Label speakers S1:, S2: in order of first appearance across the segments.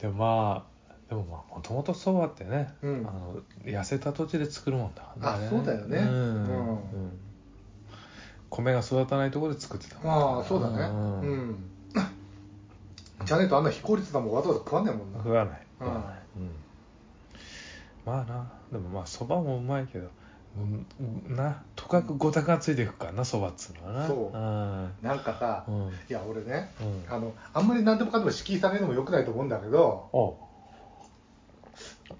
S1: でもまあでもまあもともとそばってね、
S2: うん
S1: あの痩せた土地で作るもんだから
S2: あそうだよね
S1: うん
S2: うん
S1: うん米が育たないところで作ってたもん
S2: ああそうだね
S1: ん
S2: うん じゃねえとあんな非効率なもんわざわざ食わねえもんな
S1: 食わない
S2: うん
S1: 食わない、うんまあなでもまあそばもうまいけどうんうんなとかくごたくがついていくからなそばっつうのはな
S2: そう
S1: うん
S2: なんかさ、
S1: うん
S2: いや俺ね、
S1: うん
S2: あのあんまり何でもかんでも敷居下げるのもよくないと思うんだけど
S1: お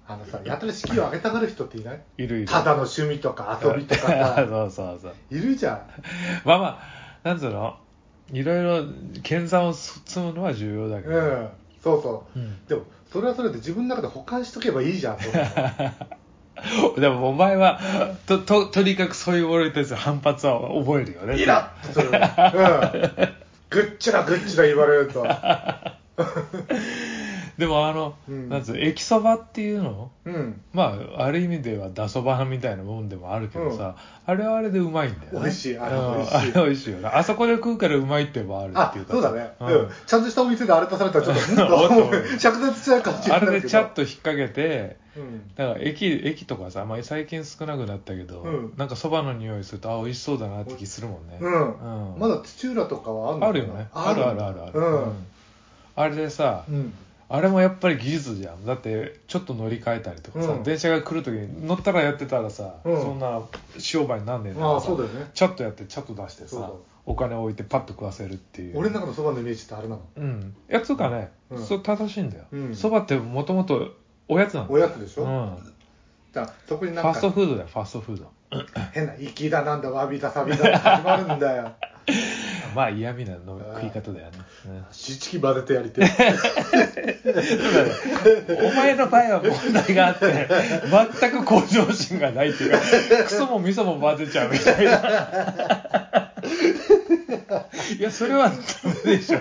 S2: あのさやたら敷居を上げたがる人っていない
S1: いるいる
S2: ただの趣味とか遊びとかさ
S1: そうそうそう
S2: いるじゃ
S1: まあまあなんつうのいろいろ研鑽を積むのは重要だ
S2: ん
S1: けど、
S2: うんそうそう、
S1: うん
S2: でもそれはそれで自分の中で保管しとけばいいじ ゃんと思う
S1: でもお前はとととにかくそういうものに対する反発は覚えるよね
S2: イラッと するうんぐっちらぐっちら言われると
S1: でもあの、
S2: うん
S1: なんつうの駅そばっていうの
S2: うん
S1: まあある意味ではだそばみたいなもんでもあるけどさ、あれはあれでうまいんだよね
S2: 美味しいあれ
S1: うん
S2: 美味しい
S1: あれ美味しいよねあそこで食うからうまいってばあるっ
S2: あ
S1: ていうかさ
S2: そうだね、うん
S1: うん
S2: ちゃんとしたお店であれ出されたらちょっと
S1: おっと
S2: 灼熱しちゃうかもしれな
S1: あ
S2: いけど
S1: れでチャッと引っ掛けて
S2: うん
S1: だから駅駅とかさ、まあ、最近少なくなったけど、
S2: うん
S1: なんかそばの匂いするとあ美味しそうだなって気するもんね、
S2: うん
S1: うん
S2: まだ土浦とかはあるのかな
S1: あるよねあるあるあるある、
S2: うん
S1: あれでさ、
S2: うん
S1: あれもやっぱり技術じゃんだってちょっと乗り換えたりとかさ、
S2: うん
S1: 電車が来る時に乗ったらやってたらさ、
S2: うん
S1: そんな商売になんねえん
S2: ああ
S1: さ
S2: そうだよね
S1: ちょっとやってちょっと出して
S2: そう
S1: さ
S2: だ
S1: お金置いてパッと食わせるっていう
S2: 俺の中のそばのイメージってあれなの
S1: うんいやつうかね、
S2: うん
S1: そう正しいんだよ
S2: うん
S1: そば、ってもともとおやつなんだ
S2: お
S1: よ
S2: やつでし
S1: う
S2: ょ、
S1: ん、
S2: だからそこに
S1: フ
S2: な
S1: ァ
S2: ん
S1: スト
S2: か
S1: フードだよファストフード
S2: 変な粋だなんだわびださびだって始まるんだ よ
S1: まあ嫌味なの食い方だよね、うん
S2: しちき混ぜてやりてえ
S1: お前の場合は問題があって全く向上心がない っていうかクソも味噌も混ぜちゃうみたい ないやそれはダメ でしょ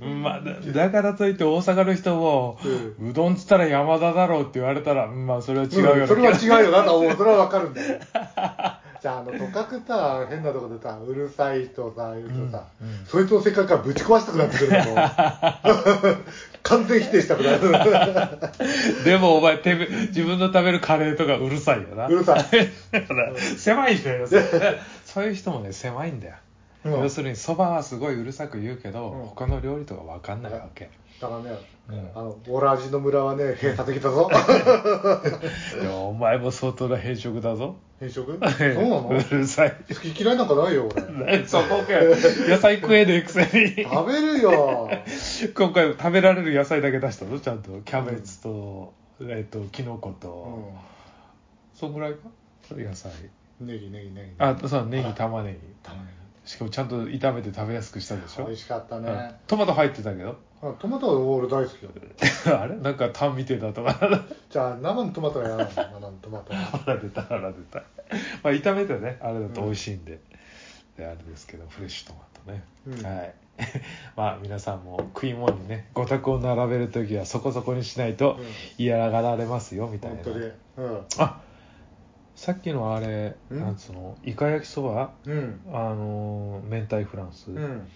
S1: まあ、だだからといって大阪の人も、うどんっつったら山田だろうって言われたらまあそれは違うよ
S2: ん
S1: な
S2: それは違うよなと思うそれはわかるん だよじゃああのとかくさ変なとこでさうるさい人さ言うとさ、そいつの世界からぶち壊したくなってくるのもう 完全否定したくなる
S1: でもお前てめ自分の食べるカレーとかうるさいよな
S2: うるさい
S1: だから狭いんだよ それそういう人もね狭いんだ
S2: う
S1: よ、
S2: ん
S1: 要するにそばはすごいうるさく言うけど、
S2: うん
S1: 他の料理とか分かんないわけ、
S2: だからね、
S1: うん
S2: あのオラジの村はね閉鎖的だ ぞ
S1: でもお前も相当な偏食だぞ
S2: 変色そうなの
S1: うるさい
S2: 好き嫌いなんかないよ俺
S1: そこかよ野菜食えねえくせに
S2: 食べるよ
S1: 今回食べられる野菜だけ出したぞちゃんとキャベツと、えっときのこと、そんぐらいか野菜
S2: うんネギネギネギ
S1: あとさネギ玉ねぎ
S2: 玉ね
S1: しかもちゃんと炒めて食べやすくしたでし
S2: ぎ
S1: ょ
S2: 美味しかったね、
S1: うんトマト入ってたけど
S2: あトマトは俺大好きよ
S1: あれなんかタン見てたとか
S2: じゃあ生のトマトが嫌なの生のトマトは
S1: 腹出た腹出たまあ炒めてねあれだと美味しいんで,、であれですけどフレッシュトマトね、
S2: うん
S1: はい まあ皆さんも食い物にねごたくを並べる時はそこそこにしないと
S2: うん
S1: 嫌がられますよみたい
S2: 本
S1: な、
S2: 当にうん
S1: あさっきのあれ
S2: うん
S1: なんつうのイカ焼きそば
S2: うん
S1: あのー明太フランス、
S2: うん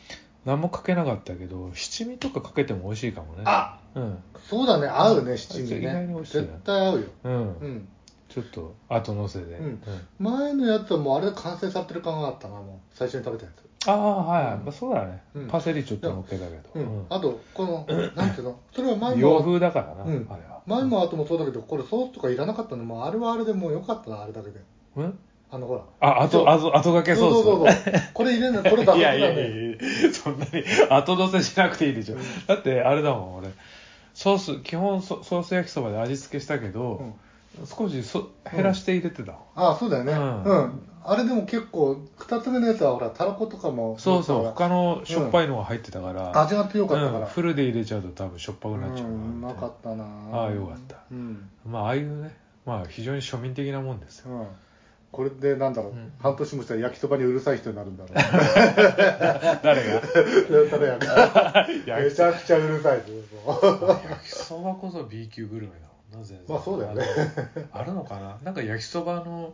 S1: 何もかけなかったけど七味とかかけても美味しいかもね
S2: あ
S1: うん
S2: そうだね合うね七味
S1: 意外に美
S2: ね
S1: 味しいね
S2: 絶対合うよ
S1: うん、
S2: うん
S1: ちょっと後乗せで、
S2: うん前のやつはもうあれで完成されてる感があったなもう最初に食べたやつ
S1: ああはい、まあ、そうだね、
S2: うん
S1: パセリちょっと乗っけたけど、
S2: うん
S1: う
S2: あとこの なんていうのそれは前も
S1: ん洋風だからな、
S2: うん
S1: あれは
S2: 前も後もそうだけどこれソースとかいらなかったのもうあれはあれでもうよかったなあれだけで
S1: うん
S2: あのほら
S1: あ後
S2: そう
S1: 後後掛けソース
S2: そうそうそうそうこれ入れんのこれ出せた
S1: い
S2: ん
S1: や いや
S2: だ
S1: い
S2: よ
S1: やいやそんなに後乗せしなくていいでしょ、だってあれだもん俺ソース基本ソソース焼きそばで味付けしたけど、少しそ減らして入れてたわ、
S2: ああそうだよね
S1: う
S2: うんん、あれでも結構2つ目のやつはほらたらことかも
S1: そうそう
S2: ほら
S1: 他のしょっぱいのが入ってたから、
S2: 味が強かったか
S1: うん
S2: ら
S1: フルで入れちゃうと多分しょっぱくなっち
S2: うんう
S1: ゃうな、
S2: まかったな
S1: ああよかった
S2: うん、
S1: まあああいうねまあ非常に庶民的なもんですよ
S2: うん、これでなんだろう、
S1: ん
S2: 半年もしたら焼きそばにうるさい人になるんだろ う
S1: 誰が
S2: ただやかめ
S1: 焼
S2: ちゃくちゃうるさいですもう
S1: きそばこそ B 級グルメだもんな全然
S2: まあそうだよね
S1: あのあるのかななんか焼きそばの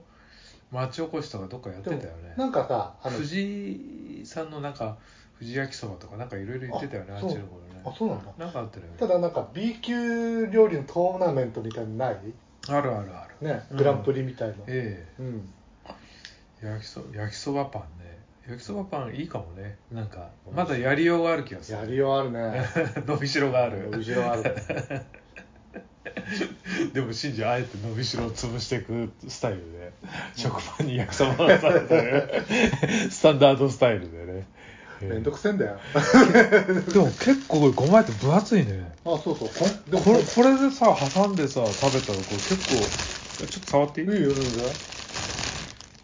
S1: 町おこしとかどっかやってたよね
S2: なんかさあの
S1: 藤井さんのなんか藤焼きそばとかなんかいろいろ言ってたよね
S2: あ
S1: あっ
S2: そう
S1: ちの頃ね
S2: あそうなんだ
S1: なんかあったよね
S2: ただなんか B 級料理のトーナメントみたいのない
S1: あるあるある
S2: ね
S1: うん
S2: グランプリみたいな
S1: え
S2: うん
S1: え焼きそ焼きそばパンね焼きそばパンいいかもねなんかまだやりようがある気がする
S2: やりようあるね
S1: 伸びしろがある
S2: 後ろある
S1: でも信じあえて伸びしろを潰していくスタイルで食パンに焼きそばをされ てるスタンダードスタイルでねえ
S2: めんどくせえんだよ
S1: えでも結構ごまえって分厚いね
S2: あそうそうこんで
S1: こ
S2: も
S1: れこれでさ挟んでさ食べたらこれ結構ちょっと触っていい
S2: いいよ全然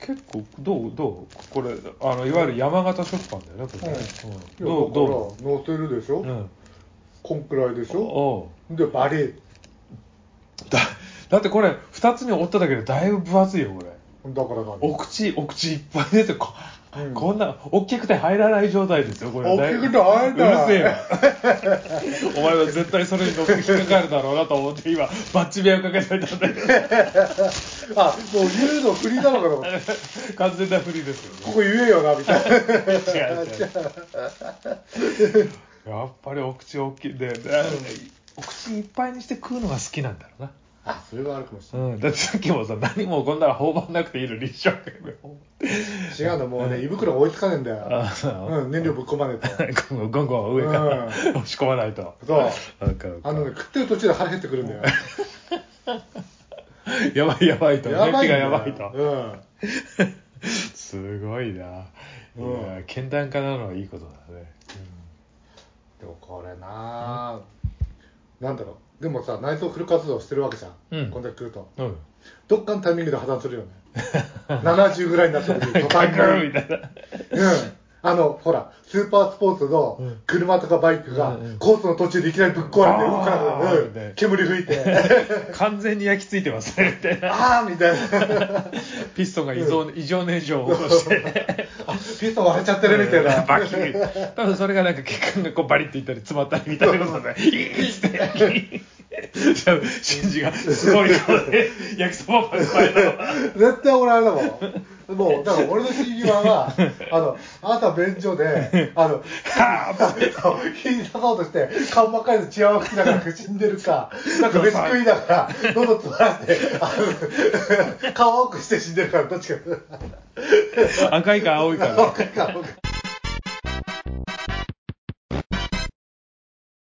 S1: 結構どうどうこれあのいわゆる山形食パンだよねこれね、
S2: い
S1: うん
S2: やだ
S1: どうど
S2: から乗せるでしょ、
S1: ううん
S2: こんくらいでしょ
S1: おう
S2: でバリー
S1: だだってこれ2つに折っただけでだいぶ分厚いよこれ
S2: だからなんだ
S1: お口お口いっぱいですよこ,、
S2: うん
S1: ん、こんな大きくて入らない状態ですよこれ
S2: 大きくて入らないう
S1: るせえよお前は絶対それに乗って引っかかるだろうなと思って今バッチ目をかけといたんだけど
S2: あもう言うの振りなのかと思った
S1: 完全なフリですよね
S2: ここ言えよなみたいな
S1: 違う違うやっぱりお口大きいででお口いっぱいにして食うのが好きなんだろうな
S2: あそれはあるかもしれ
S1: うん、だってさっきもさ何もこんなら頬張んなくていいの立証懸命
S2: ない違うのもうね胃袋追いつかねえんだよ、
S1: あそう
S2: うん、燃料ぶっ込まねえと
S1: ゴンゴンゴンゴン上から押し込まないと
S2: そう
S1: わかる
S2: あのね食ってる途中で腹減ってくるんだよ
S1: やばいやばいと
S2: やばいん
S1: 熱気
S2: だ
S1: が
S2: よ
S1: やばいと
S2: うん
S1: すごいな、
S2: うん
S1: いや検談家なのはいいことだね、
S2: でもこれなあ、なんだろうでもさ内臓フル活動してるわけじゃん、
S1: うん
S2: こんだけ食うと
S1: うん、
S2: どっかのタイミングで破綻するよね 70ぐらいになった時 に途
S1: カ
S2: 端
S1: ク
S2: に
S1: ーみたいな
S2: うんあのほらスーパースポーツの
S1: うん
S2: 車とかバイクが
S1: うんうん
S2: コースの途中でいきなりぶっ壊れて動かなくな
S1: あー
S2: る
S1: みたいな
S2: うん煙吹い て
S1: 完全に焼き付いてますねみ たいな
S2: ああみたいな
S1: ピストンが異常,、異常燃焼を起こして
S2: あピストン割れちゃってるみたいな
S1: バキッ多分それがなんか血管がこうバリっていったり詰まったりみ たいなことでイー ッて じゃあシンジがすごい顔で焼きそばパン買えたの
S2: 絶対俺あれだもんもうだから俺の指際はあの朝便所 であの
S1: はあ
S2: 火刺そうとして顔真っ赤に血を吹きながら死んでるかなんか飯食いながら喉詰まらせてあの顔青くして死んでるからどっちか
S1: 赤いか青いか
S2: 青くか青くか